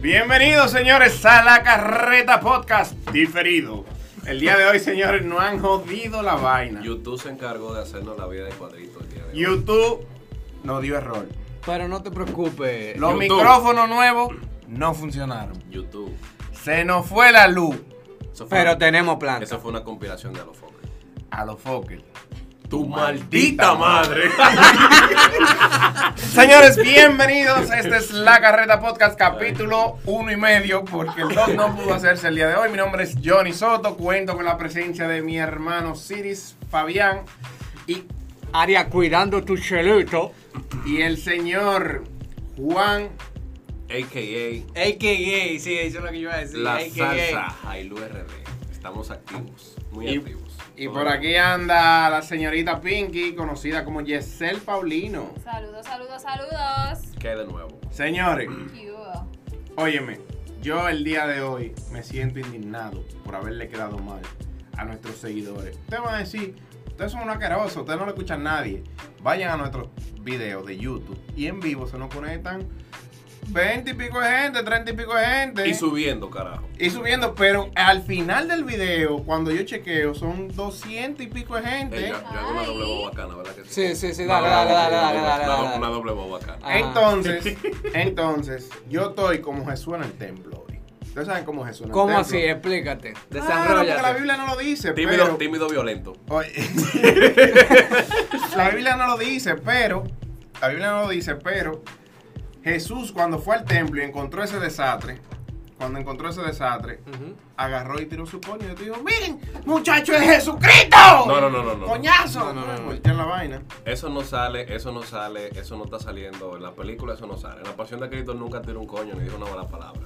Bienvenidos, señores, a la Carreta Podcast diferido. El día de hoy, señores, no han jodido la vaina. YouTube se encargó de hacernos la vida de cuadrito el día de hoy. YouTube nos dio error. Pero no te preocupes. Los YouTube. micrófonos nuevos no funcionaron. YouTube. Se nos fue la luz Eso fue- Pero tenemos plan. Esa fue una conspiración de Alofoque. a los foques. Tu maldita madre. Señores, bienvenidos. Esta es la Carreta Podcast, capítulo uno y medio, porque el 2 no pudo hacerse el día de hoy. Mi nombre es Johnny Soto. Cuento con la presencia de mi hermano Ciris Fabián y, Aria, cuidando tu chelito. y el señor Juan. AKA AKA, sí, eso es lo que yo iba a decir. La AKA. salsa Jailu RD. Estamos activos. Muy Y- activos. Y por aquí anda la señorita Pinky, conocida como Yesel Paulino. Saludos, saludos, saludos. ¿Qué hay de nuevo? Señores, ¿Qué hubo? óyeme, yo el día de hoy me siento indignado por haberle quedado mal a nuestros seguidores. Ustedes van a decir, ustedes son unos asquerosos, ustedes no lo escuchan a nadie. Vayan a nuestros videos de YouTube y en vivo se nos conectan 20 y pico de gente, 30 y pico de gente. Y subiendo, carajo. Y subiendo, pero al final del video, cuando yo chequeo, son 200 y pico de gente. Ey, yo, yo hago una doble Ay. boba bacana, ¿verdad que Sí, sí, sí, dale, dale, dale, dale, dale, Una- dale. Una doble boba bacana. Ajá. Entonces, entonces, yo estoy como Jesús en el templo hoy. Ustedes saben cómo Jesús en el templo. ¿Cómo así? Explícate. Ah, Claro, porque la Desarrolla. Biblia no lo dice, Tímido, pero... tímido violento. Oye, la Biblia no lo dice, pero... La Biblia no lo dice, pero... Jesús cuando fue al templo y encontró ese desastre, cuando encontró ese desastre, agarró y tiró su coño y dijo, miren, muchacho es Jesucristo. No, no, no, no, no. Coñazo. No, no, no, no. Voltea la vaina. Eso no sale, eso no sale, eso no está saliendo. En la película eso no sale. En la pasión de Cristo nunca tiró un coño ni dijo una mala palabra.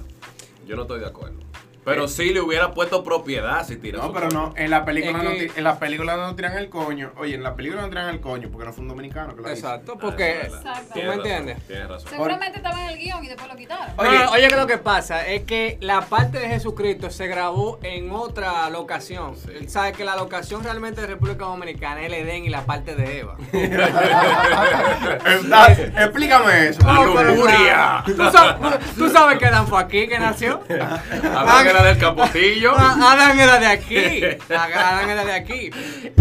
Yo no estoy de acuerdo. Pero sí le hubiera puesto propiedad si tiró. Eh. No, su pero coño. no, en la película Es no, que- ti- en la película no tiran el coño. Oye, en la película no tiran el coño porque no fue un dominicano que lo hizo. Exacto, Ah, porque. eso es verdad. ¿Tú me Exacto. Tienes razón, entiendes? Tienes razón. Seguramente estaba en el guión y después lo quitaron. Oye, Ah. Oye. oye, que lo que pasa es que la parte de Jesucristo se grabó en otra locación. Sí. Él sabe que la locación realmente de República Dominicana es el Edén y la parte de Eva. Está- explícame eso. La No, pero lujuria. claro. ¿Tú, sabes, tú sabes que Dan fue aquí que nació? Adán era del capotillo. A- Adán era de aquí. A- Adán era de aquí.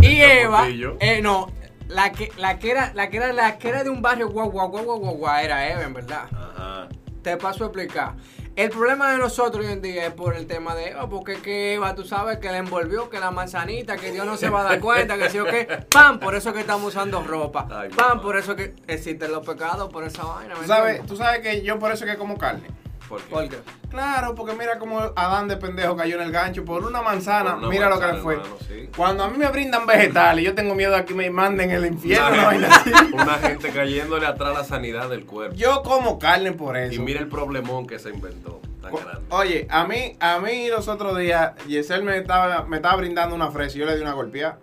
Y Eva, Capotillo. eh, no, la que, la que era, la que era, la que era de un barrio guau guau guau guau guau, guau, era Eva, en verdad. Ajá. Te paso a explicar. El problema de nosotros hoy en día es por el tema de Eva, porque es que Eva, tú sabes que la envolvió, que la manzanita, que Dios no se va a dar cuenta, que sí o qué. Pam, por eso es que estamos usando ropa. Ay, mi Pam, mamá. por eso es que existen los pecados, por esa vaina. ¿me Tú sabes, entiendes? tú sabes que yo por eso que como carne. ¿Por qué? ¿Por qué? Claro, porque mira cómo Adán de pendejo cayó en el gancho por una manzana. Por una Ah, mira lo que manzana, le fue. hermano, sí. Cuando a mí me brindan vegetales, yo tengo miedo a que me manden el infierno. una Una, vaina así. una gente cayéndole atrás la sanidad del cuerpo. Yo como carne por eso. Y mira el problemón que se inventó. Tan Co- Oh, grande. Oye, a mí, a mí los otros días, Yesel me estaba, me estaba brindando una fresa y yo le di una golpeada.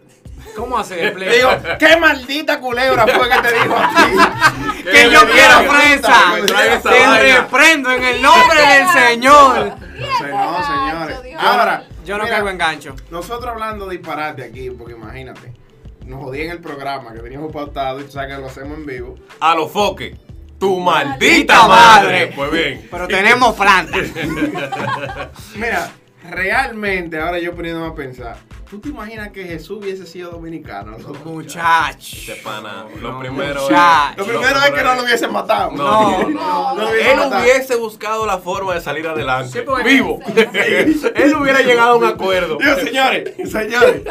¿Cómo hacer? Le digo, qué maldita culebra fue que te dijo aquí. Que que yo le quiero diga, fresa. que traiga esa Te vaina. reprendo en el nombre del Señor. Se- no, señores. Ahora, Ahora. Yo no Mira. caigo en gancho. Nosotros hablando de disparate aquí, porque imagínate, nos jodían el programa que teníamos pautado y tú sabes que lo hacemos en vivo. A los foques. Tu maldita Maldita madre. madre. Pues bien. Pero tenemos planta. Mira, realmente, ahora yo poniéndome a pensar, ¿tú te imaginas que Jesús hubiese sido dominicano? loco? Muchachos. Este pana, lo no, primero muchacho. es- Lo primero es que no lo hubiese matado. No, No, no, lo hubiese Él matado. hubiese buscado la forma de salir adelante. Sí, porque- Vivo. él hubiera llegado a un acuerdo. Digo, señores, señores.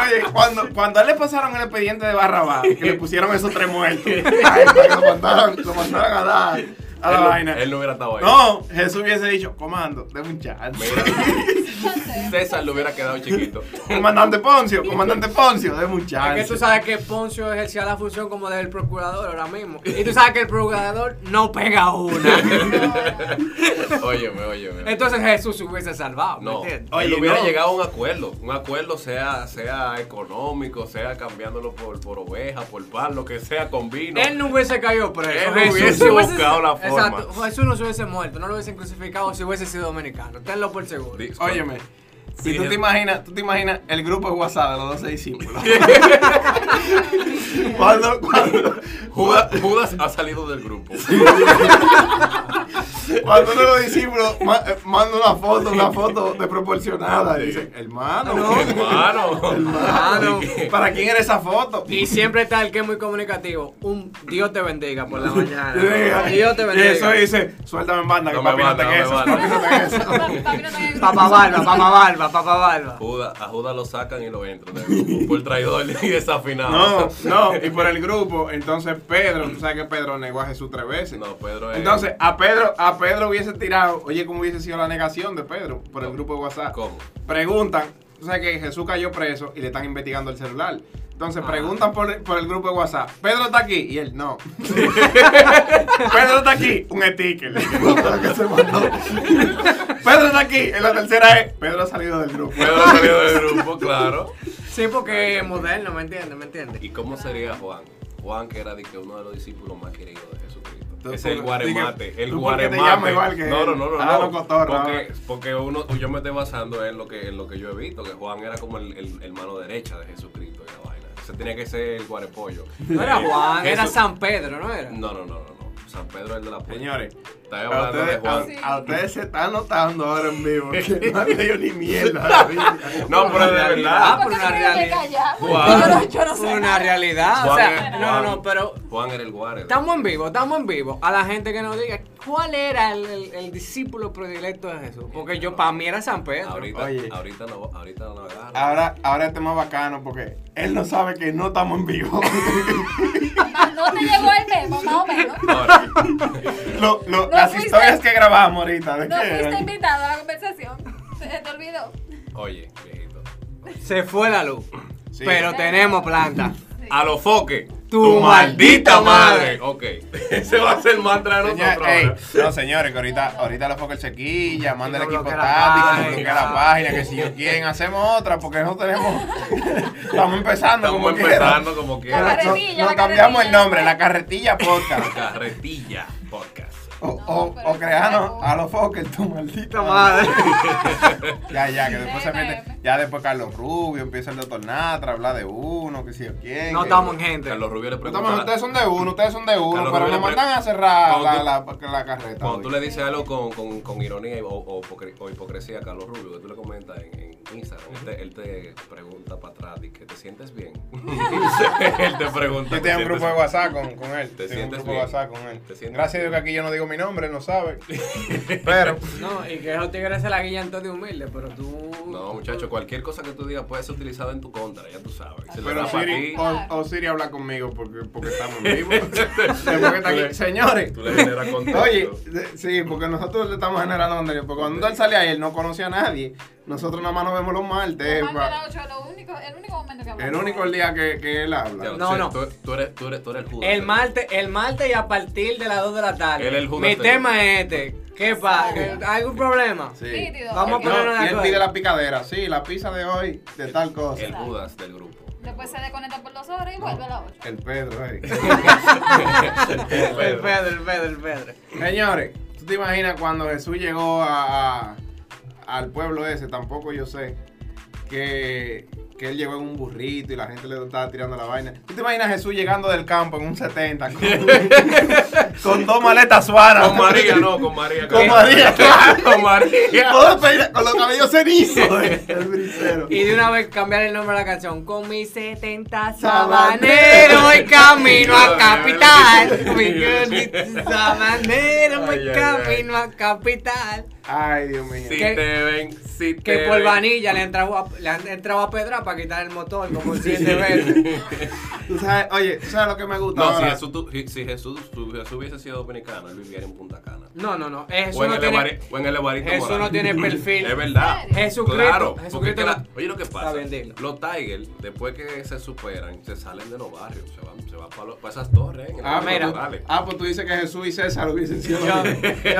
Oye, cuando, cuando a él le pasaron el expediente de Barrabás, que le pusieron esos tres muertos, ay, para que lo mandaron, lo mandaron a dar a la él, no- vaina. él no hubiera estado ahí. No, Jesús hubiese dicho, comando, deme un chance. César le hubiera quedado chiquito. Comandante Poncio, comandante Poncio, deme un Es chance. que tú sabes que Poncio ejercía la función como del procurador ahora mismo. Y tú sabes que el procurador no pega una. Óyeme, óyeme. Entonces Jesús se hubiese salvado. No, ¿me entiendes? Oye, él hubiera no. llegado a un acuerdo. Un acuerdo sea, sea económico, sea cambiándolo por, por oveja, por pan, lo que sea, con vino. Él no hubiese caído preso. Él Jesús hubiese se buscado la forma. Exacto. Jesús no se hubiese muerto, no lo hubiesen crucificado si hubiese sido dominicano. Tenlo por seguro. Di- Óyeme. Si Sí, tú el- te imaginas, tú te imaginas el grupo de WhatsApp de los 12 discípulos. cuando, cuando, Judas, Judas ha salido del grupo. Cuando uno de los discípulos ma- eh, manda una foto, una foto desproporcionada, y dicen, hermano, Ah, Hermano. hermano, Hermano. ¿para quién era esa foto? Y siempre está el que es muy comunicativo. Un Dios te bendiga por la mañana. Sí, Dios te y eso bendiga. dice, suéltame en banda, que No me papi no manda, te no me eso, manda. papi no te eso. Papi, papi no tenía Papá barba, papá barba, papá barba. Judas- a Judas lo sacan y lo entran del grupo por traidor y No, desafinado. no, y por el grupo, entonces Pedro, tú sabes que Pedro negó a Jesús tres veces. No, Pedro es- Entonces, a Pedro, a Pedro hubiese tirado, oye, ¿cómo hubiese sido la negación de Pedro por el grupo de WhatsApp? ¿Cómo? Preguntan, tú sabes que Jesús cayó preso y le están investigando el celular. Ah. Entonces preguntan por, por el grupo de WhatsApp, Pedro está aquí y él no. Pedro está aquí, un sticker. que se mandó. Pedro está aquí, y la tercera es, Pedro ha salido del grupo. Pedro salió del grupo, claro. Sí, porque es moderno, ¿me entiendes? ¿Me entiendes? ¿Y cómo sería Juan? Juan, que era de que uno de los discípulos más queridos de Jesucristo. Tú es el por- guaremate. dije, el tú porque te guaremate. llamas igual que no, no, él. no, no. Ah, no, no, cotorra, porque, ah. porque uno, yo me estoy basando en lo que, en lo que yo he visto, que Juan era como el, el, el mano derecha de Jesucristo y la vaina. Ese tenía que ser el guarepollo. No era Eh, Juan, era Jesús- San Pedro, ¿no era? No, no, no, no, no. San Pedro es el de la puerta. Señores, Está a hablando de ustedes, Juan. Sí. a- a ustedes se está notando ahora en vivo que no han leído ni mierda. de la Biblia. No, pero de verdad. Ah, ¿Por pero una qué se tiene que realidad. callar? Porque Juan. Yo no, yo no sé. Una nada. realidad. O Juan sea, es- no, Juan- no, pero Juan era el guare. estamos en vivo, estamos en vivo. A la gente que nos diga cuál era el, el- el discípulo predilecto de Jesús. Porque yo, para mí era San Pedro. Ahorita, Oye. ahorita no, ahorita no agarra. Ahora, ahora este es más bacano porque él no sabe que no estamos en vivo. Ah, No te llegó el memo, más o menos. Ahora, Lo- lo- No las fuiste- historias que grabamos ahorita. ¿de No qué eran? fuiste invitado a la conversación. Se te olvidó. oye, viejito. Se fue la luz. Sí. Pero tenemos planta. Ah, A los foques. Tu maldita madre. Ok. Ese va a ser el mantra de Señor- nosotros. ey, ahora. no, señores, que ahorita, ahorita los focos sequilla, manda el Que no equipo bloquea la táctico, que página. bloquea la página, que si yo quieren, hacemos otra porque no tenemos. Estamos empezando como Estamos quiera. empezando como Nos- La quiera. carretilla, nos, la nos carretilla. cambiamos el nombre, la carretilla podcast. Carretilla Podcast. O, No, o, pero o creanos claro. a los focos, tu maldita Puta madre. Ya, ya, que después se Meme, mete. meme. Ya después Carlos Rubio empieza el doctor Natra, habla de uno, que si yo quién. No que- estamos en gente. Carlos Rubio le No estamos- pregunta. ustedes son de uno, ustedes son de uno, Carlos pero Rubio le le pre- mandan a cerrar la, Cuando la, la carreta. Cuando tú hoy. le dices algo con, con, con ironía o, o hipocre- o hipocresía a Carlos Rubio, que tú le comentas en, en Instagram, él te, él te pregunta para atrás, di que ¿te sientes bien? él te pregunta. Yo tenía un "¿Te grupo de sientes WhatsApp con, con él. ¿Te tenía un sientes grupo de bien? WhatsApp con él. ¿Te sientes Gracias a Dios que aquí yo no digo mi nombre, no sabe. Pero. No, y que esos tigres se la guillan todos de humilde, pero tú. No, muchacho, cualquier cosa que tú digas puede ser utilizada en tu contra, ya tú sabes. Se le Pero da pa' Siri, ti, o, o Siri habla conmigo porque, porque estamos en vivo. Porque está aquí. Señores, tú le generas contacto. Oye, de- sí, porque nosotros le estamos generando contenido. Porque cuando él sale ahí, él no conoce a nadie. Nosotros nada más nos vemos los martes. Juan pa- era ocho, lo único, el único momento que hablamos. el único día que, que él Ya, habla. No, sí, no. Tú, tú eres, tú, eres, tú eres el Judas. El martes, el martes y a partir de las 2 de la tarde. Él es el Judas Mi Teo. tema es este. ¿Qué pasa? ¿Algún problema? Sí. Nítido. Vamos a No, ponernos de y él acuerdo. pide la picadera. Sí, la pizza de hoy, de tal cosa. El Judas del grupo. Después se desconecta por dos horas y vuelve a las ocho. El Pedro, eh. El Pedro, el Pedro, el Pedro. Señores, ¿tú te imaginas cuando Jesús llegó a, a- al pueblo ese? Tampoco yo sé que, que él llegó en un burrito y la gente le estaba tirando la vaina. ¿Tú te imaginas Jesús llegando del campo en un 70 con, con dos maletas suanas? Con María, no, con María. Con María, claro. con María. Todo peina- con los cabellos cenizos. eh, el bricero. Y de una vez cambiar el nombre de la canción. Con mis 70 Sabanero. sabanero voy camino a Dios mío, Dios capital. Mi mío. sabanero Ay, voy ay, camino a capital. Ay, Dios mío. Si Que- te ven, si te Que por ven. vanilla le han entrado a, le han entrado a pedra para quitar el motor como siete veces. Tú sabes, oye, ¿tú sabes lo que me gusta? No, si ahora? Jesús, tu- si Jesús, si Jesús hubiese sido dominicano, él viviera en Punta Cana. No, no, no. Jesús o, en no el tiene, Evaristo- o en el Evaristo Jesús Morales. no tiene perfil. Es verdad. ¿En serio? Jesucristo- Claro. Porque es Jesucristo que la- no- oye, lo que pasa. Está bien, dilo. Los Tigers, después que se superan, se salen de los barrios. Se van, se van para, esas torres. En el Ah, Evaristo mira. Morales. Ah, pues tú dices que Jesús y César hubiesen sido. Yo, yo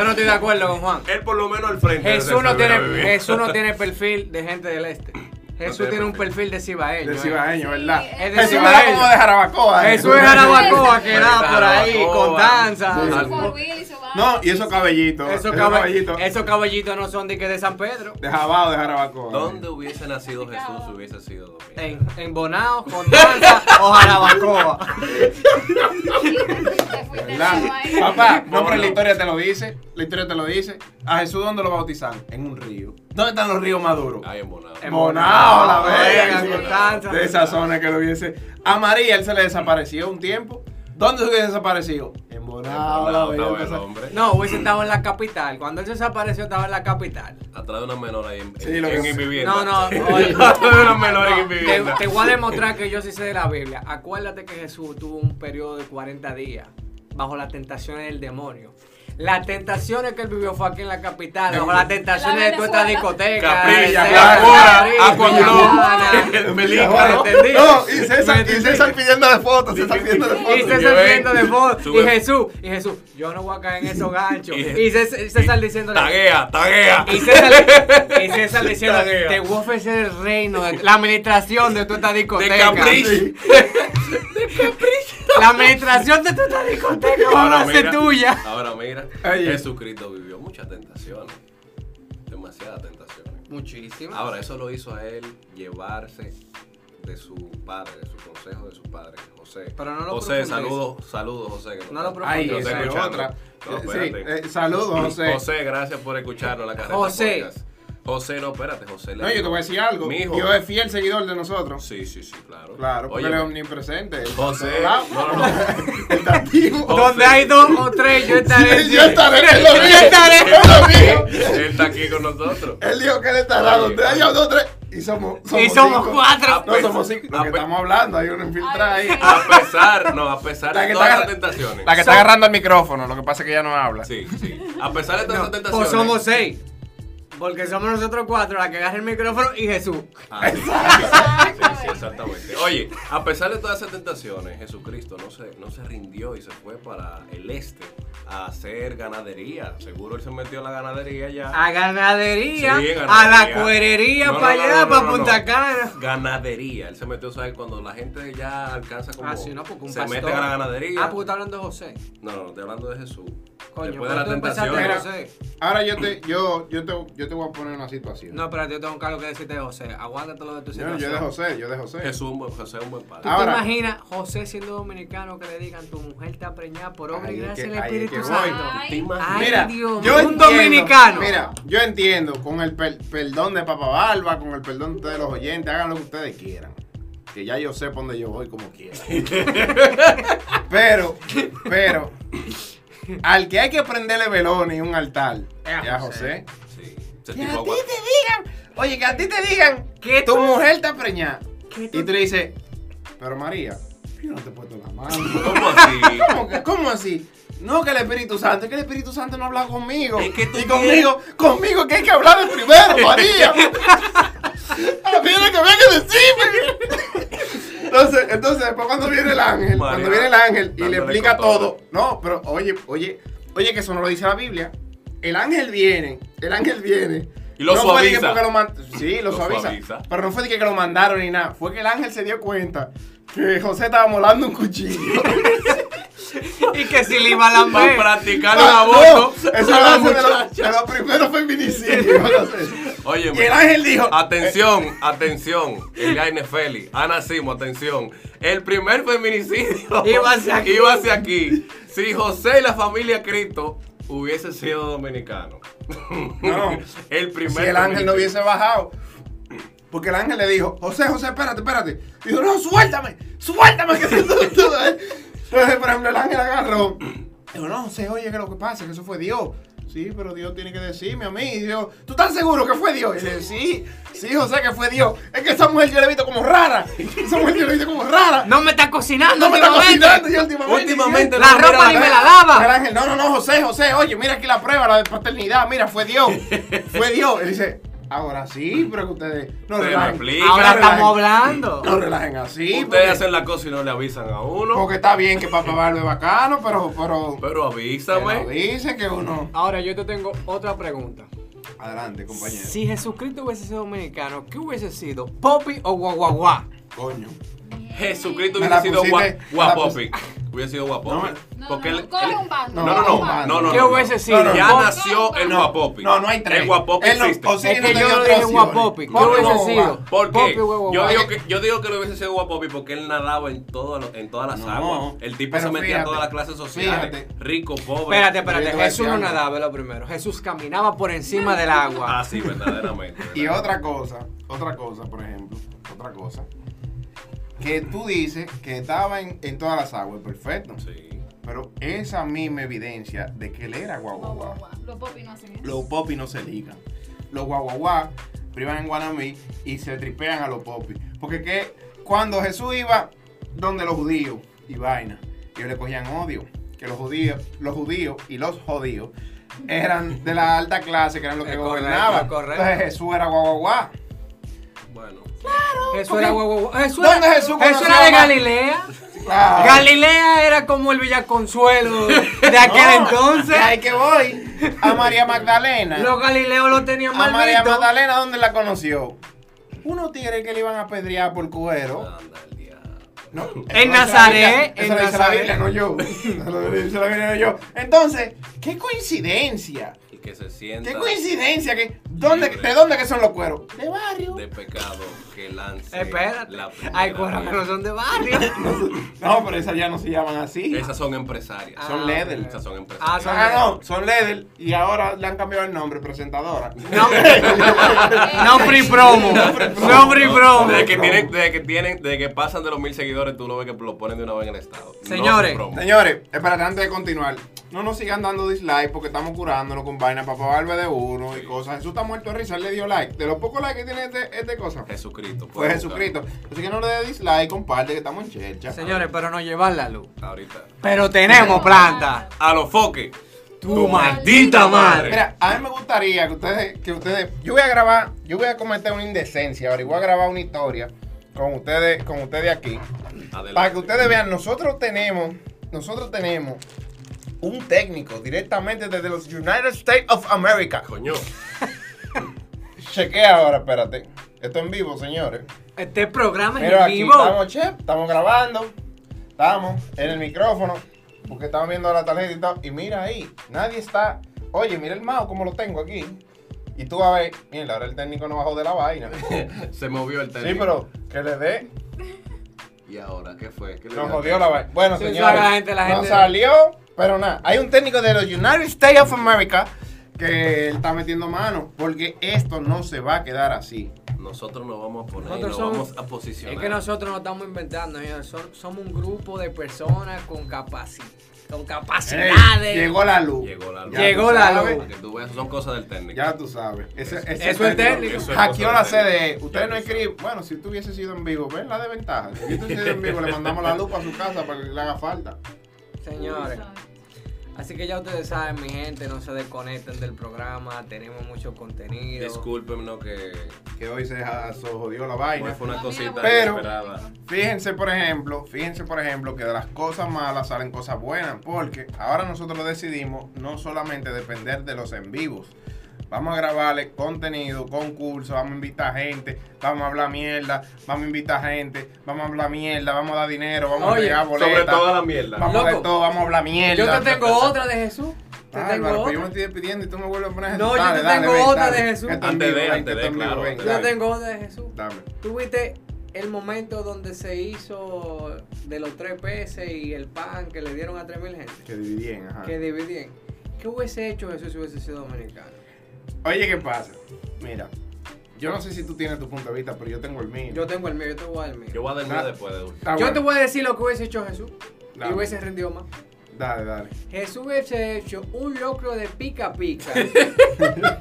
no estoy de acuerdo con Juan. Él por lo menos al frente. de Jesús no, César tiene, hubiera vivido. Jesús no tiene perfil de gente del este. Jesús tiene un perfil de cibaeño. De eh. cibaeño, ¿verdad? Sí, es de Jesús cibaeño. era como de Jarabacoa. ¿eh? Jesús es jarabacoa que era Jarabacoa. por ahí, con Sí. danza. Su Forbil y su vaina. No, y esos cabellitos. Esos, Esos caba- cabellitos. esos caballitos no son de que de San Pedro. De Jabao, de Jarabacoa. ¿Dónde hubiese nacido Jesús si hubiese sido domingo? En, en Bonao, con danza o jarabacoa. Te fuiste de la ¿Verdad? vaina. Papá, no, pero Bueno. la historia te lo dice. La historia te lo dice. ¿A Jesús dónde lo bautizaron? En un río. ¿Dónde están los ríos maduros? Ay, en Bonao. En Monao, la Vega, verga. Constanza. De esa zona que lo hubiese. A María, él se le desapareció un tiempo. ¿Dónde se hubiese desaparecido? En Ah, Bonao, la Bonao estaba verga. el hombre. No, hubiese estado en la capital. Cuando él desapareció, estaba en la capital. Atrás de una menor ahí en, Sí, lo en- que- en mi vivienda. No, no, oye. Atrás de una menor en No, mi te, vivienda. te voy a demostrar que yo sí sé de la Biblia. Acuérdate que Jesús tuvo un periodo de 40 días bajo las tentaciones del demonio. Las tentaciones que él vivió fue aquí en la capital, bajo las tentaciones de toda esta discoteca. Capri, etcétera, Villacora, Capri, Aquablón, Villacora. Melícaro. entendí. No, y César, Me y César pidiéndole fotos, César pidiéndole fotos. Y César Llevé- viendo de fondo. Y sube- Jesús, y Jesús, yo no voy a caer en esos ganchos. Y- Y César, César diciéndole. Taguea, taguea. Y César, y César diciendo, Taguea. te voy a ofrecer el reino, de- la administración de toda esta De discoteca. Capricho. La administración de toda esta discoteca ahora es tuya. eh. Ahora mira, Oye. Jesucristo vivió muchas tentaciones. Demasiadas tentaciones. Muchísimas. Ahora, eso lo hizo a él llevarse de su padre, de su consejo de su padre, José. Pero no lo José, profundices. saludos, saludos, José. que No lo está- Ay, Yo está te esa es escuchando. otra. No, Eh, espérate. sí, eh, saludos, José. José, gracias por escucharnos la carreta José. podcast. José, no, espérate, José. le No, yo te digo, voy a decir algo. Mi hijo. Yo es fiel seguidor de nosotros. Sí, sí, sí, claro. Claro, porque Oye, él es omnipresente. José. Claro. No, no, no. Está activo. Donde hay dos o tres, yo estaré. Yo estaré, él lo Yo dijo. estaré. Él lo dijo. Él está aquí con nosotros. Él dijo que él estará Oye. donde haya dos, tres. Y somos, somos Y somos cinco. cuatro. No, somos cinco. Lo Ah, que pues. estamos hablando, hay una infiltrada ahí. Ay, sí. A pesar, no, a pesar La de que todas está las agarra- tentaciones. La que está agarrando el micrófono, lo que pasa es que ya no habla. Sí, sí. A pesar de todas las O pues tentaciones. pues somos seis. Porque somos nosotros cuatro, la que agarra el micrófono y Jesús. Ah, sí, sí, sí, exactamente. Oye, a pesar de todas esas tentaciones, Jesucristo no se, no se rindió y se fue para el este a hacer ganadería. Seguro él se metió en la ganadería ya. A ganadería, Sí, Ah, a la ganadería. cuerería, No, no, para no, allá, no, no, para no, no. Punta Cana. Ganadería. Él se metió, ¿sabes? Cuando la gente ya alcanza como. Ah, sí, no, porque un se pastor. mete a la ganadería. Ah, porque está hablando de José. No, no, no, estoy hablando de Jesús. Coño, Después de la pero tú empezaste tentación. de tentaciones. José. Ahora yo te, yo, yo, te, yo te voy a poner una situación. No, espérate, yo tengo algo que decirte de José. Aguántate lo de yo, tu situación. yo de José, yo de José. Jesús un buen- José es un buen padre. ¿Tú Ahora- te imaginas José siendo dominicano que le digan tu mujer está preñada por obra Ahí y es gracia que- del ahí es Espíritu que voy. Santo? Ay, ¿Te Ah, Ay, imaginas? Mira, Dios, yo un entiendo, dominicano. Mira, yo entiendo, con el per- perdón de Papá Barba, con el perdón de ustedes los oyentes, hagan lo que ustedes quieran. Que ya yo sé por dónde yo voy como quiera. pero, pero, al que hay que prenderle velones y un altar, Es Eh, a ya José. José. Sí. Que Ese tipo a ti aguanta. te digan, oye, que a ti te digan que tu mujer está preñada. ¿Qué Y tú- tú le dices, pero María, yo no te he puesto la mano. ¿Cómo así? ¿Cómo, que- cómo así? No, que el Espíritu Santo, es que el Espíritu Santo no habla conmigo. Es que tú y conmigo, conmigo que hay que hablar de primero, María. Ah, Mira que había que decirme. Entonces, entonces, después cuando viene el ángel, María, cuando viene el ángel y le dándole explica con todo. todo. No, pero oye, oye, oye, que eso no lo dice la Biblia. El ángel viene, el ángel viene. Y lo no fue de que suaviza. porque lo man- sí, lo, Lo suaviza. suaviza. Pero no fue de que lo mandaron ni nada. Fue que el ángel se dio cuenta que José estaba molando un cuchillo. Y que si le iba a Para lamber. practicar un Ah, aborto. no, Eso a lo la hace de, muchacha. los- de los primeros feminicidios. no sé. Ah, Óyeme. Y el ángel dijo: Atención, atención, Eliane Feli, Ana Simo, atención. El primer feminicidio Iba hacia aquí. iba hacia aquí. Si José y la familia Cristo hubiese sido dominicano. No. El primer Si el ángel no feminicidio. hubiese bajado. Porque el ángel le dijo: José, José, espérate, espérate. Dijo: No, suéltame, suéltame. Que tú- tú- tú- Entonces, por ejemplo, el ángel agarró. Dijo: No, José, oye, que lo que pasa es que eso fue Dios. Sí, pero Dios tiene que decirme a mí. Y yo, ¿tú estás seguro que fue Dios? Y le sí, sí, José, que fue Dios. Es que esa mujer yo la he visto como rara. Esa mujer yo la he visto como rara. No me está cocinando. este No me está últimamente. cocinando yo últimamente. Últimamente La no me ropa mira ni me cara. la lava. El ángel, no, no, no, José, José, oye, mira aquí la prueba, la de paternidad, mira, fue Dios. Fue Dios. Él dice, ahora sí, pero que ustedes no Ustedes me relajen. explican. Ahora Ahora estamos la- hablando. No relajen así. Ustedes porque, hacen la cosa y no le avisan a uno. porque está bien que papá Barba es bacano, pero, pero, Pero pero avísame. dice que uno. Ahora yo te tengo otra pregunta. Adelante, compañero. Si Jesucristo hubiese sido dominicano, ¿qué hubiese sido? ¿Popi o guaguaguá? Coño. Jesucristo Me la hubiese sido pusiste- gua- me la guapopi. Hubiese sido guapopi. No, Porque no, él- coge él- un bando, No, no, coge un no. bando. no, no, Ah, ¿Qué no, hubiese no. no, sido? no. Ya Pop- nació el No, guapopi. No, no hay tres. El guapopi Él no- existe. o sea, Es que no yo tenía no dije opciones. guapopi. ¿Qué Popi o hubiese guaguaguá. sido? ¿Por qué? Popi o guaguaguá. Yo digo que, yo digo que lo hubiese sido guapopi porque él nadaba en, todo lo- en todas las No, aguas. El tipo pero se metía fíjate, a todas las clases sociales. fíjate. Rico, pobre. Espérate, Yo te espérate. voy a decir Jesús no algo. nadaba es lo primero. Jesús caminaba por encima del agua. Ah, sí, verdaderamente. Y verdaderamente. otra cosa, otra cosa, por ejemplo, otra cosa. Que tú dices que estaba en, en todas las aguas, perfecto. Sí. Pero esa misma evidencia de que él era guagua. Guau, guau, guau. Los popis no hacen eso. Los popis no se ligan. Los guaguaguá privan en Guanamí y se tripean a los popis. Porque que cuando Jesús iba donde los judíos y vaina, ellos le cogían odio. Que los judíos, los judíos y los judíos eran de la alta clase, que eran los que Es correcto, gobernaban. es correcto. Entonces Jesús era guaguaguá. Bueno. Jesús porque- era guaguaguá. Jesús ¿Dónde era, Jesús Jesús conoció era de a- Galilea. Claro. Galilea era como el Villaconsuelo de aquel No, entonces. Ahí que voy. A María Magdalena. Los Galileos lo tenían a mal María visto. Magdalena, ¿dónde la conoció? Unos tigres que le iban a pedrear por cuero. Anda el diablo. No, En eso lo dice la Biblia, Nazaret, Eso en lo dice la Nazaret. Biblia, no yo. Eso lo dice la Biblia, no yo. Entonces, qué coincidencia. Y que se sienta Qué coincidencia. Que, ¿dónde, Libre. ¿De dónde que son los cueros? De barrio. de pecado que lance. Eh, Espérate. la primera Hay cuerdas que piedra. no son de barrio. No, pero esas ya no se llaman así. Esas son empresarias. Son Ah, Ledel. Esas son empresarias. Ah, son Ah, no, son Ledel y ahora le han cambiado el nombre, presentadora. No, Eh, no free promo. No free promo. Desde que, tienen, desde, que tienen, desde que pasan de los mil seguidores, tú lo ves que lo ponen de una vez en el estado. No Señores. se promo. Señores, espérate, antes de continuar, no nos sigan dando dislike porque estamos curándonos con vaina para pagarle de uno y cosas. Jesús está muerto de risa, él le dio like. De los pocos likes que tiene este, este cosa, Jesucristo. fue puedes Jesucristo. Así que no le dé dislike, comparte que estamos en chercha. Señores, pero no llevar la luz. buscarlo. Ahorita. Pero tenemos planta. A los foques. Tu, maldita madre. Mira, a mí me gustaría que ustedes, que ustedes, yo voy a grabar, yo voy a cometer una indecencia ahora y voy a grabar una historia con ustedes, con ustedes aquí. Adelante. Para que ustedes vean, nosotros tenemos, nosotros tenemos un técnico directamente desde los United States of America. Coño. Chequea ahora, espérate. Esto en vivo, señores. Este programa es Mira, en aquí vivo. estamos, chef, estamos grabando. Estamos en el micrófono. Porque estamos viendo la tarjeta y todo. Y mira ahí, nadie está. Oye, mira el mouse como lo tengo aquí. Y tú vas a ver, mira, ahora el técnico no bajó de la vaina. Sí, Se movió el teléfono. pero que le dé, ¿Y ahora qué fue? ¿Qué le nos dio? jodió la vaina. Bueno, Sí, señores, saca la gente, la nos gente. salió, pero nada. Hay un técnico de los United States of America que él está metiendo mano. Porque esto no se va a quedar así. Nosotros nos vamos a poner, y Nosotros nos somos- vamos a posicionar. Es que nosotros no estamos inventando, señores. Son- somos un grupo de personas con capaci- con capacidades. Ey, llegó la luz. Llegó la luz. Ya Llegó tú la sabes. Para que tú veas, son cosas del técnico. Ya tú sabes. Ese, Eso- ese eso es técnico. Eso es Hackeó la cosa del CDE. técnico. Usted Ya no tú escribe. Bueno, si tú hubiese sido en vivo, ven la desventaja. Si tú hubiese sido en vivo, le mandamos la lupa a su casa para que le haga falta. Señores. Así que ya ustedes saben, mi gente, no se desconecten del programa. Tenemos mucho contenido. Discúlpenme que Que hoy se ha- se jodió la hoy vaina. fue una Mira, cosita pero- inesperada. Fíjense, por ejemplo, fíjense, por ejemplo, que de las cosas malas salen cosas buenas, porque ahora nosotros decidimos no solamente depender de los en vivos. Vamos a grabarle contenido, concursos, vamos a invitar gente, vamos a hablar mierda, vamos a invitar gente, vamos a hablar mierda, vamos a dar dinero, vamos a Oye, regalar Sobre toda boletas. la mierda. Vamos a Loco, ver todo, vamos a hablar mierda. Yo te tengo otra de Jesús. Te Bárbaro, tengo pero yo me otra. estoy despidiendo y tú me vuelves a poner No, Jesús. yo te tengo ven, otra de Jesús. Que esto en Antes vivo, de, ven, antes que esto de, en vivo, claro, ven, antes de. Yo dale. tengo otra de Jesús. Dame. Tuviste el momento donde se hizo de los tres peces y el pan que le dieron a tres mil gente. Que dividían, ajá. Que dividían. ¿Qué hubiese hecho Jesús si hubiese sido dominicano? Oye, ¿qué pasa? Mira, yo no sé si tú tienes tu punto de vista, pero yo tengo el mío. Yo tengo el mío, yo te voy a dar el mío. Yo Yo, voy a dar Nah. miedo después de Está bueno. te voy a decir lo que hubiese hecho Jesús. Dame. Y hubiese rendido más. Dale, dale. Jesús hubiese hecho un locro de pica pica.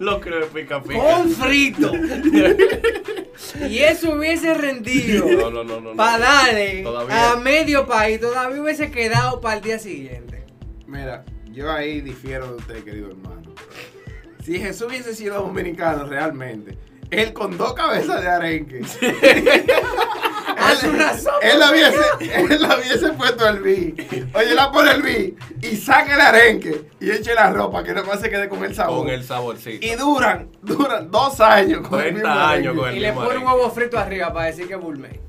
Lo creo de pica con frito. y eso hubiese rendido. No, no, no, no. no. Para darle Todavía. a medio país. Todavía hubiese quedado para el día siguiente. Mira, yo ahí difiero de usted, querido hermano. Si Jesús hubiese sido dominicano realmente, él con dos cabezas de arenque. él es una sopa. Él hubiese, él hubiese puesto el vi. Oye, la pone el vi y saca el arenque y eche la ropa que nomás se quede con Ah, el sabor. Con el saborcito. Y duran, duran dos años con el 40 mismo años arenque. con el- Y le mismo pone un arenque. huevo frito arriba para decir que es gourmet.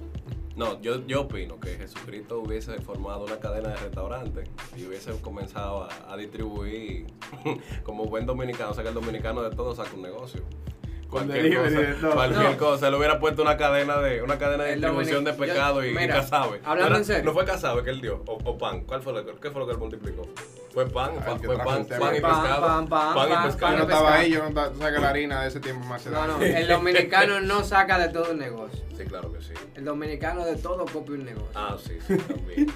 No, yo, yo opino que Jesucristo hubiese formado una cadena de restaurantes y hubiese comenzado a, a distribuir como buen dominicano. O sea que el dominicano de todo saca un negocio. Cualquier delivery de cosa, todo. cualquier No. cosa, le hubiera puesto una cadena de una cadena de El distribución de dominic- yo- pecado y, y mira, cazabe. hablando no, era- en serio. no fue cazabe que él dio, o, o pan. ¿Cuál fue lo que, qué fue lo que él multiplicó? Fue pan, Ay, pan- que fue trajo pan, el tema. pan y Pan, pescado. pan, pan, pan, y Yo pescado. pan no estaba ahí, yo no estaba, tú sabes que la harina de ese tiempo más se da. No, no, el dominicano no saca de todo un negocio. Sí, claro que sí. El dominicano de todo copia un negocio. Ah, sí, sí, también.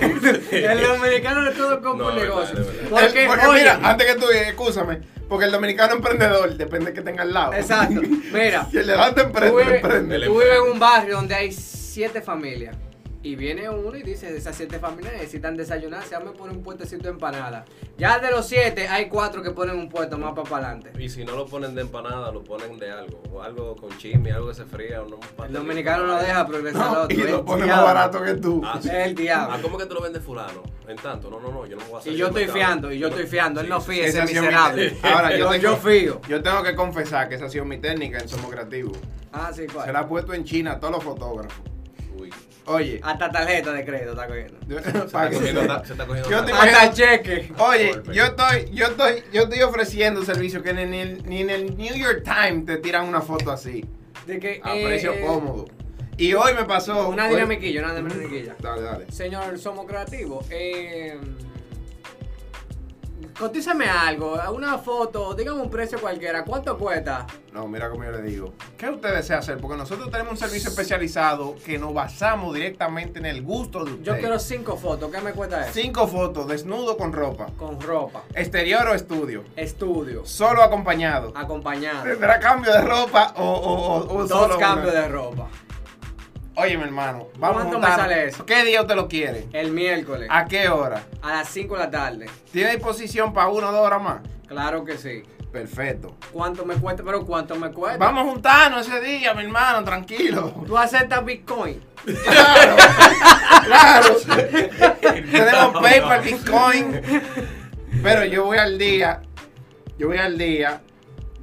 también. El dominicano de todo compra No, un es negocio. verdad, es verdad. Porque, Porque, Eh, porque oye, mira, antes que tú digas, escúchame, porque el dominicano emprendedor depende que tenga al lado. Exacto. Mira, Si el de lado tú emprende, vives, emprende. El tú vives emprende. en un barrio donde hay siete familias. Y viene uno y dice, esas siete familias necesitan desayunar, se me poner un puestecito de empanada. Ya de los siete, hay cuatro que ponen un puesto más para adelante. Y si no lo ponen de empanada, lo ponen de algo. O algo con chisme, algo que se fría. O no, un El pastelito. dominicano no deja progresar al No, otro. y es lo el pone más diablo. barato que tú. Ah, sí. El diablo. Ah, ¿cómo que te lo vende fulano? En tanto, no, no, no, yo no me voy a hacer Y yo el estoy mercado. fiando, y yo estoy fiando. Él no Sí, fía, ese Esa ha sido mi miserable. técnica. Ahora, yo, yo, tengo- yo fío. Yo tengo que confesar que esa ha sido mi técnica en Somos Creativos. Ah, sí, ¿cuál? Se la ha puesto en China a todos los fotógrafos. sí. Uy. Oye, Hasta tarjeta de crédito está cogiendo. yo- Se para está que cogiendo se- ta- se está cogiendo Yo ta- te Hasta imagino- cheque. Oye, Golpe. yo estoy, yo estoy, yo estoy ofreciendo servicio que ni en el, ni en el New York Times te tiran una foto así. De que, A eh, precio cómodo. Y hoy me pasó. Una hoy- dinamiquilla, una dinamiquilla. Dale, dale. Señor, somos creativos. Eh, cotízame algo, una foto, dígame un precio cualquiera. ¿Cuánto cuesta? No, mira como yo le digo. ¿Qué usted desea hacer? Porque nosotros tenemos un servicio especializado que nos basamos directamente en el gusto de usted. Yo quiero cinco fotos. ¿Qué me cuesta eso? cinco fotos, desnudo con ropa. Con ropa, Exterior o estudio. estudio, Solo acompañado. acompañado. ¿Tendrá cambio de ropa o, o, o- o solo Ah. Dos una? cambios de ropa. Oye, mi hermano, vamos ¿Cuánto a me juntar- sale eso? Eh. ¿Qué día usted lo quiere? El miércoles, ¿A qué hora? a las 5 de la tarde. ¿Tiene disposición para una o dos horas más? Claro que sí. Perfecto. ¿Cuánto me cuesta? Pero ¿cuánto me cuesta? Vamos a juntarnos ese día, mi hermano, tranquilo. ¿Tú aceptas Bitcoin? Claro, claro. Tenemos PayPal, Bitcoin. Pero yo voy al día. Yo voy al día.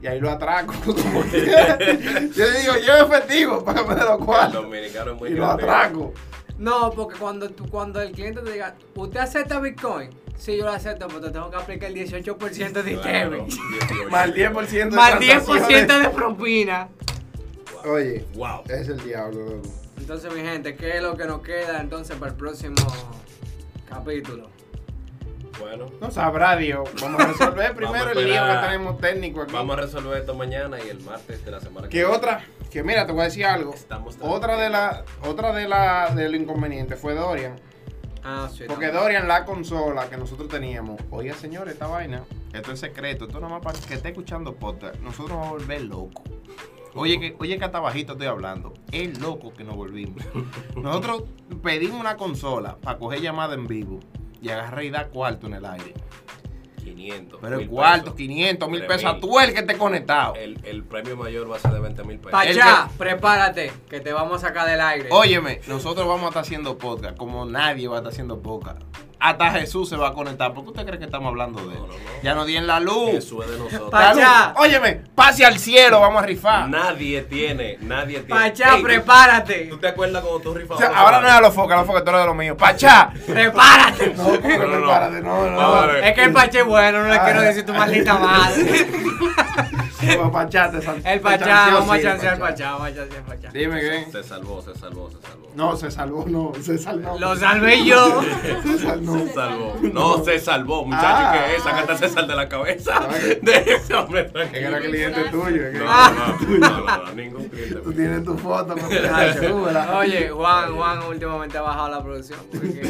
Y ahí lo atraco. como quiera. yo le digo, yo pues, efectivo, págame de los El cuartos. dominicano es muy Y lo creativo. atraco. No, porque cuando, tú- cuando el cliente te diga, ¿usted acepta Bitcoin? Sí, yo lo acepto, pero te tengo que aplicar el 18% de Claro, ITV. 18. Más el 10% de Más transacciones. 10% de propina. Oye, Wow. Eh. es el diablo, loco. Entonces, mi gente, ¿qué es lo que nos queda entonces para el próximo capítulo? Bueno, No sabrá Dios. Vamos a resolver primero Vamos a el lío que esperar. tenemos técnico aquí. vamos a resolver esto mañana y el martes de la semana Que otra, que mira, te voy a decir algo. Estamos tan- Otra de la, otra de la, del inconveniente fue Dorian. Ah, sí. Porque también. Dorian, la consola que nosotros teníamos, oiga señores, esta vaina, esto es secreto, esto nomás para que esté escuchando podcast, nosotros nos vamos a volver locos. Oye que, oye que hasta bajito estoy hablando, es loco que nos volvimos. Nosotros pedimos una consola para coger llamada en vivo y agarrar y dar cuarto en el aire. 500. Pero el mil cuarto, pesos. 500, mil Tres pesos, a mil. tú el que esté conectado. El, el premio mayor va a ser de 20 mil pesos. Pa' el allá, prepárate, que te vamos a sacar del aire. Óyeme, nosotros vamos a estar haciendo podcast como nadie va a estar haciendo podcast. Hasta Jesús se va a conectar. ¿Por qué usted cree que estamos hablando de él? No, no, no. Ya nos dieron la luz. Eso es de nosotros. Pa' La luz. allá. Óyeme, pase al cielo, vamos a rifar. Nadie tiene, nadie tiene. Pachá, Ey, tú- prepárate. ¿Tú te acuerdas cuando tú O rifabas? sea, ahora no es a los focos, a los focos todo es de lo mío. ¡Pachá! Prepárate. No, porque no, no. prepárate, no, no. Vamos a ver. Es que el paché es bueno, no le Ah. quiero decir tu maldita madre. Bueno, Pachá, te sal- El te pachá, chanceó, vamos a sí, el chancear el pachá, vamos a chancear el pachá. Dime que. Se salvó, se salvó, se salvó. No, se salvó, no, se salvó. Lo salvé yo. Se salvó. Se salvó. No, se salvó, muchacho, Ah. que es, sácate ese sal de la cabeza. Ay. De ese hombre. Es que era cliente tuyo. es que- No, Ah. no, no, no, no, ningún cliente. Tú mío. tienes tu foto, me Oye, Juan, Juan últimamente ha bajado la producción porque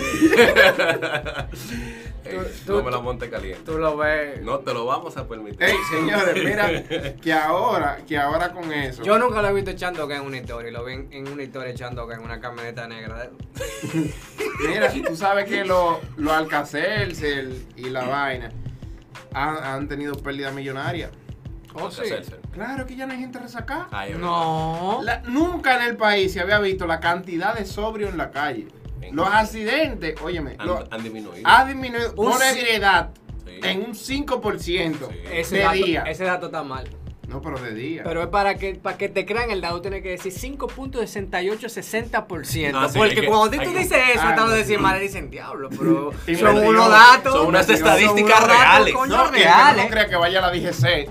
Ey, tú- No tú- me la monte caliente. tú lo ves. No te lo vamos a permitir. Ey, señores, mira, que ahora, que ahora con eso. Yo nunca lo he visto echando acá en una historia, lo vi en, en una historia echando acá en una camioneta negra. Mira, tú sabes que los lo Alcacelser y la vaina han, han tenido pérdida millonaria. Oh, Porque sí. hacerse. Claro que ya no hay gente resacada. Ay, es No. La- nunca en el país se había visto la cantidad de sobrios en la calle. En- Los accidentes, óyeme, verdad. han, los- han disminuido. ha disminuido Un por ci- ebriedad Sí. en un 5% Sí. de Ese dato, día. ese dato está mal. No, pero de día. Pero es para que, para que te crean el dato, tiene que decir 5.6860%. Ah, sí, porque hay que- cuando tú hay que- dices eso, Ah, hasta los no. decimales dicen, diablo, pero Y son me unos dio- datos. son unas son unos estadísticas datos, reales. coño, eh. No, y el que reales. no crea que vaya a la DGC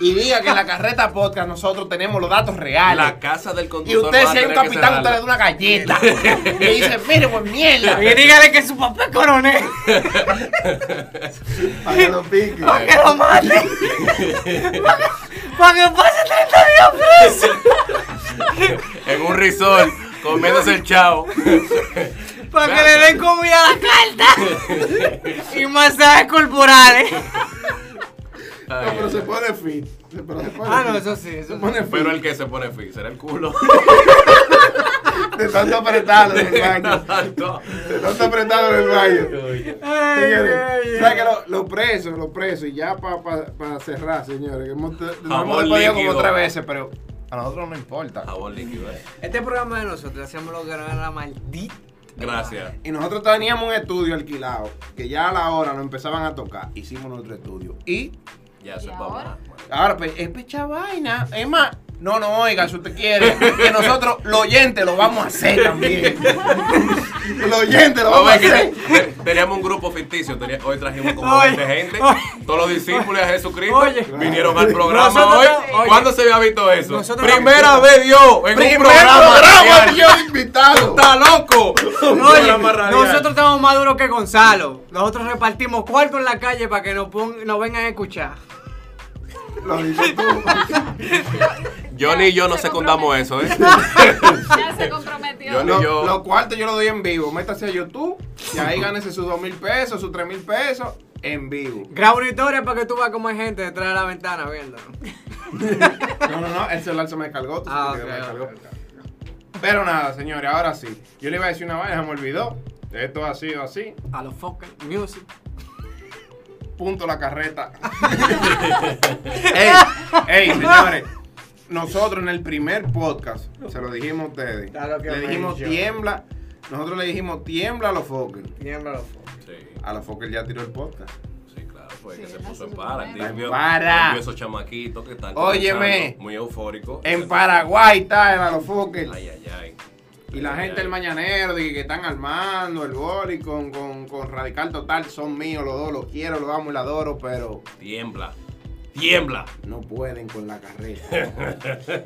y diga que en la carreta podcast nosotros tenemos los datos reales. La casa del y conductor. usted, va a si hay un tener que capitán, usted le da una cerrarla. galleta. y dice, mire, buen mierda. Y dígale que su papá es coronel. Para que lo pique. Para que lo maten. Para que pase 30 días En un risol, comiéndose el chao. preso. Para que le den comida a la carta. Y masajes corporales. No, pero se pone fit. Se- pero se pone Ah, no, fit. eso sí. Eso Se sí. pone fit. Pero el que se pone fin será el culo. De tanto apretado en el baño. Exacto. De tanto apretado en el baño. Ay, ay, Señores, ay. ¿sabes que lo- los presos, los presos, y ya para cerrar, señores, que hemos, te- nos Jamón hemos despedido como líquido. tres veces, pero a nosotros no importa. Jabón líquido, eh. Este programa de nosotros hacemos lo que nos da la maldita. Gracias. Y nosotros teníamos un estudio alquilado, que ya a la hora nos empezaban a tocar. Hicimos nuestro estudio. Y Ya se ¿Y va ahora? más. ahora, pues, es pecha vaina. Es más, no, no, oiga, si usted quiere, que nosotros, los oyentes, lo vamos a hacer también. los oyentes, lo No, vamos a ve que hacer. te- te- Teníamos un grupo ficticio, tenía- hoy trajimos como Oye, 20 gente, oye, todos los discípulos de Jesucristo oye. vinieron al programa Nosotros hoy. no- oye. ¿Cuándo se había visto eso? Nosotros Primera no- vez Dios en Primer un programa. programa radial. que yo he invitado. ¡Está loco! Un Oye, programa radial. nosotros estamos más duros que Gonzalo. Nosotros repartimos cuarto en la calle para que nos, pon- nos vengan a escuchar. Lo dices tú. Johnny y yo no Se se contamos eso, ¿eh? Ya se comprometió. Yo no- Lo, yo- lo cuarto yo lo doy en vivo. Métase a YouTube y ahí gánese sus dos mil pesos, sus tres mil pesos en vivo. Graba una historia para que tú veas cómo hay gente detrás de la ventana viéndonos. No, no, no, el celular se me descargó. tú Ah, supiste que ok, me ok, descargó. Pero nada, señores, ahora sí. Yo le iba a decir una vaina, se me olvidó. Esto ha sido así. A los Fokker Music. Punto la carreta. ey, ey, señores. Nosotros en el primer podcast, se lo dijimos a ustedes. Claro que le me dijimos yo. tiembla. Nosotros le dijimos tiembla a los Fokker. Miembro a los Fokker. Sí, A los Fokker ya tiró el podcast. sí, claro, pues que Sí, se no puso se en para. supone. El tipo vio- Para. vio esos chamaquitos que están Óyeme. comenzando, muy eufóricos. En Paraguay está el a los Fokker. Ay, ay, ay. Y la Ay, ay, gente del ay. mañanero de que están armando el boli con, con, con Radical Total son míos, los dos los quiero, los amo y los adoro, pero Tiembla. Tiembla. no pueden con la carrera.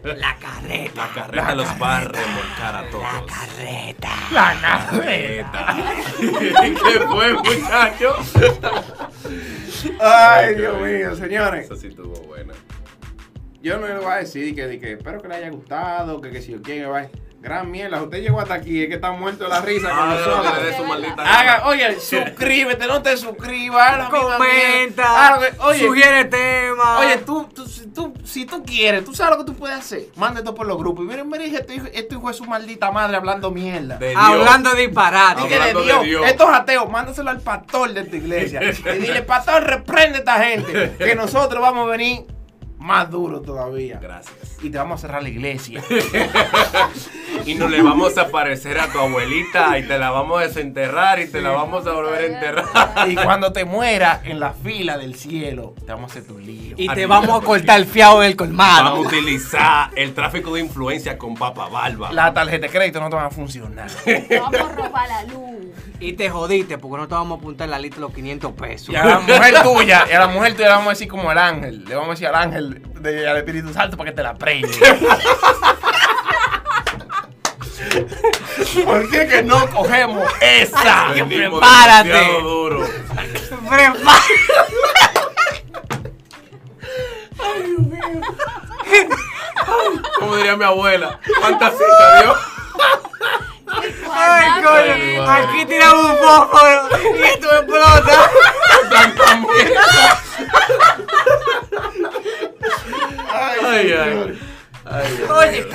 La carreta. La carreta los va a remolcar a todos. Carreta. la ¿Qué fue, muchachos? Ay, Dios mío, señores. Esa sí estuvo buena. Yo no le voy a decir que, de que espero que le haya gustado, que, que si yo quiero, va. Gran mierda, usted llegó hasta aquí, es que está muerto de la risa con Ah, no, nosotros. que le dé su maldita gana. Haga, oye, suscríbete, no te suscribas, haz la misma mierda. Comenta. Haz lo que- oye, Sugiere temas. Oye, tú, tú, si, tú, si tú quieres, tú sabes lo que tú puedes hacer. Manda esto por los grupos. Y miren, miren, este, hijo- este hijo es su maldita madre hablando mierda. De Dios. Hablando de disparate. Dije de hablando de Dios, Dios. estos ateos, mándaselo al pastor de tu iglesia. y dile, pastor, reprende a esta gente. Que nosotros vamos a venir más duro todavía. Gracias. Y te vamos a cerrar la iglesia. Y nos le vamos a parecer a tu abuelita y te la vamos a desenterrar y te la vamos a volver a enterrar. y cuando te mueras en la fila del cielo, te vamos a hacer tu lío. Y te vamos a cortar el fiado del Ah, colmado. Vamos a utilizar el tráfico de influencia con Papa Balba. la tarjeta de crédito no te va a funcionar. Vamos a robar la luz. Y te jodiste porque no te vamos a apuntar en la lista los 500 pesos. Y a la mujer tuya, y a la mujer tuya le vamos a decir como el ángel. Le vamos a decir al ángel de- al Espíritu Santo para que te la preñe. ¿Por qué que no cogemos esa? Venimos prepárate. demasiado duro. Prepara- Como diría mi abuela, fantasita, Dios. Ay, Ay, madre. coño. Aquí tiramos un fósforo y esto explota. Tanta mierda. Ay, ay. Oye,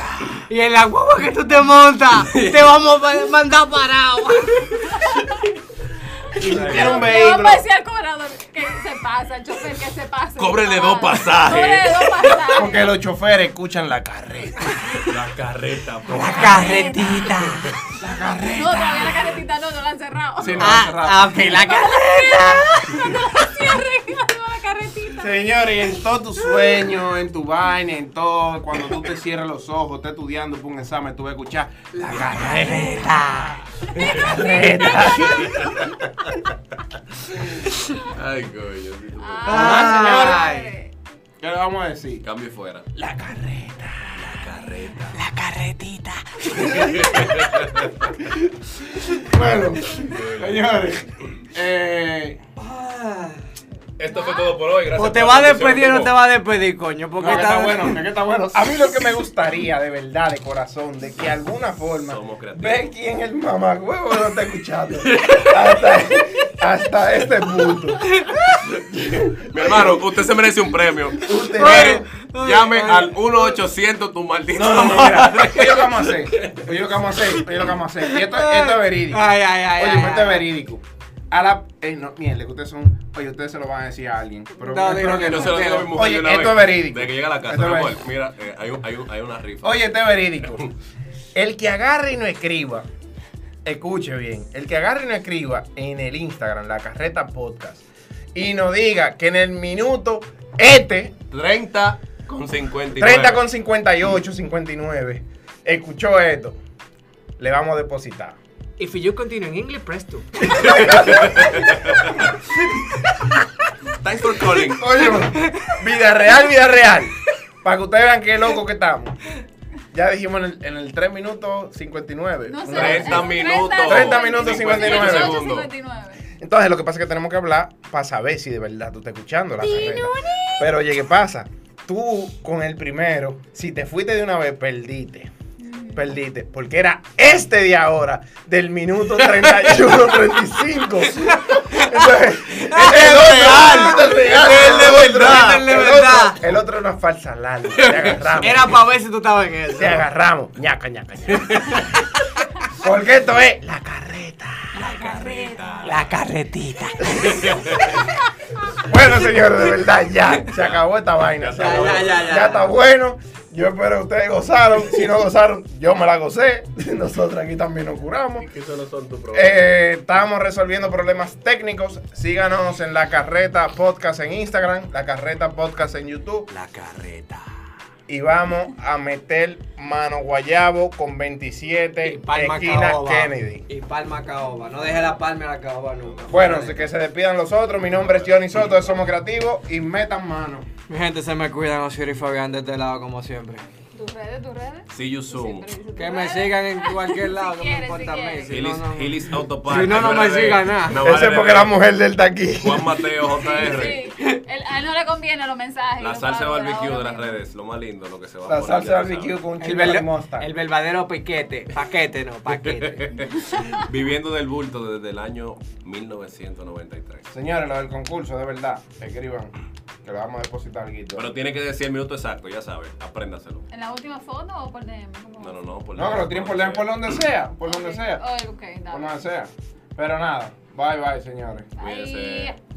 y en la guagua que tú te montas, te vamos a pa- mandar parado. Y si tiene un Le vamos vehículo. pues. a decir al cobrador que se pasa, el chofer que se pasa. Cóbrele Ah, dos pasajes. Cóbrele dos pasajes. Porque los choferes escuchan la carreta. La carreta, por La carretita. No, todavía la carretita no, no la han cerrado. Sí, no, Ah, ah, que la carreta. Cierren no, la carretita. Señores, en todo tu sueño, en tu vaina, en todo, cuando tú te cierres los ojos, estás estudiando por un examen, tú vas a escuchar la carreta. Carreta. Ay, coño. sí, tú- Ah, señores. ¿Qué le vamos a decir? Cambio y fuera. La carreta. La carreta. La carretita. Bueno, señores, eh, Esto fue todo por hoy. Gracias. O te por va a la atención. despedir o no te va a despedir, coño. no, Porque que está está- bueno, que está bueno. A mí lo que me gustaría, de verdad, de corazón, de que de alguna forma, Somos creativos. ve quién el mamagüevo no está escuchando. Hasta, hasta este punto. Mi hermano, usted se merece un premio. Usted- Pero llame ay. al 1-800 tu maldito No, no, no, mira, oye lo que vamos a hacer, oye lo que vamos a hacer, oye lo que vamos a hacer, y esto, esto es verídico, Ay, ay, ay, oye, pues ay, esto es ay. verídico, a la, eh, no, mierda, que ustedes son, oye, ustedes se lo van a decir a alguien, pero, No, espero digo que que Yo no. se lo digo a mi mujer Oye, de una esto es vez. verídico. De que llega a la casa, Esto es mi amor, verídico. mira, eh, hay, un- hay un- hay una rifa. oye, esto es verídico, el que agarre y no escriba, escuche bien, el que agarre y no escriba en el Instagram, la carreta podcast, y nos diga que en el minuto este, 30 con 59. 30 con 58, 59, escuchó esto, le vamos a depositar. If you continue in English, press two. Thanks for calling. Oye, vida real, vida real. Para que ustedes vean qué loco que estamos. Ya dijimos en el, en el 3 minutos 59. No sé, Una vez. 30 es- minutos. 30 minutos, 59 58, segundos. 59. Entonces, lo que pasa es que tenemos que hablar para saber si de verdad tú estás escuchando la carreta. Pero oye, ¿qué pasa? Tú con el primero, si te fuiste de una vez, perdiste. Mm. Perdiste, porque era este de ahora, del minuto 31, 35. Entonces, el otro- el real, El de el otro- verdad, el de el otro- verdad. El otro era una falsa alarma. Te agarramos. Era para ver si tú estabas en eso. Te agarramos. ñaca, ñaca, ñaca. Porque esto es la carreta. La carretita. Bueno, señores, de verdad, ya. Se acabó esta vaina. se Ya, acabó. ya, ya, ya. está bueno. Yo espero que ustedes gozaron. Si no gozaron, yo me la gocé. Nosotros aquí también nos curamos. Que eso no son tus problemas. Eh, estamos resolviendo problemas técnicos. Síganos en La Carreta Podcast en Instagram, La Carreta Podcast en YouTube. La carreta. y vamos a meter mano guayabo con 27 Y palma esquina caoba. Kennedy. Y palma caoba. No deje la palma a la caoba nunca. Bueno, así que se despidan los otros. Mi nombre es Johnny Soto de Somos Creativos y metan mano. Mi gente se me cuidan, Osiris y Fabián de este lado como siempre. Tus redes, tus redes. See you soon. Siempre tus Que me redes. sigan en cualquier lado, que me quieres, importa a si mí. quieres. Si no, Hillis, no, no. Hillis Autopart. Si no, no me RD. siga nada. No Ese es vale, porque la RD. mujer del está aquí. Juan Mateo, JR. Sí, él- a él no le conviene los mensajes. La los salsa pagos, barbecue de ahora las mismo. redes, lo más lindo, lo que se va a La poner, salsa ya tú barbecue con un El, chile de verda- mosta. el verdadero piquete. Paquete, no, paquete. pues. sabes. Viviendo del bulto desde el año 1993. Señores, lo del concurso, de verdad, escriban. Que lo vamos a depositar aquí. Pero tiene que decir el minuto exacto, ya sabes. Apréndaselo. ¿En la última foto o por DM? ¿Cómo? Oh, No, no, no. Por No, que lo tienen por, la- por donde sea. Por donde Ok. sea. Oh, ok, Por dale. donde sea. Pero nada. Bye, bye, señores. Ahí. Cuídense.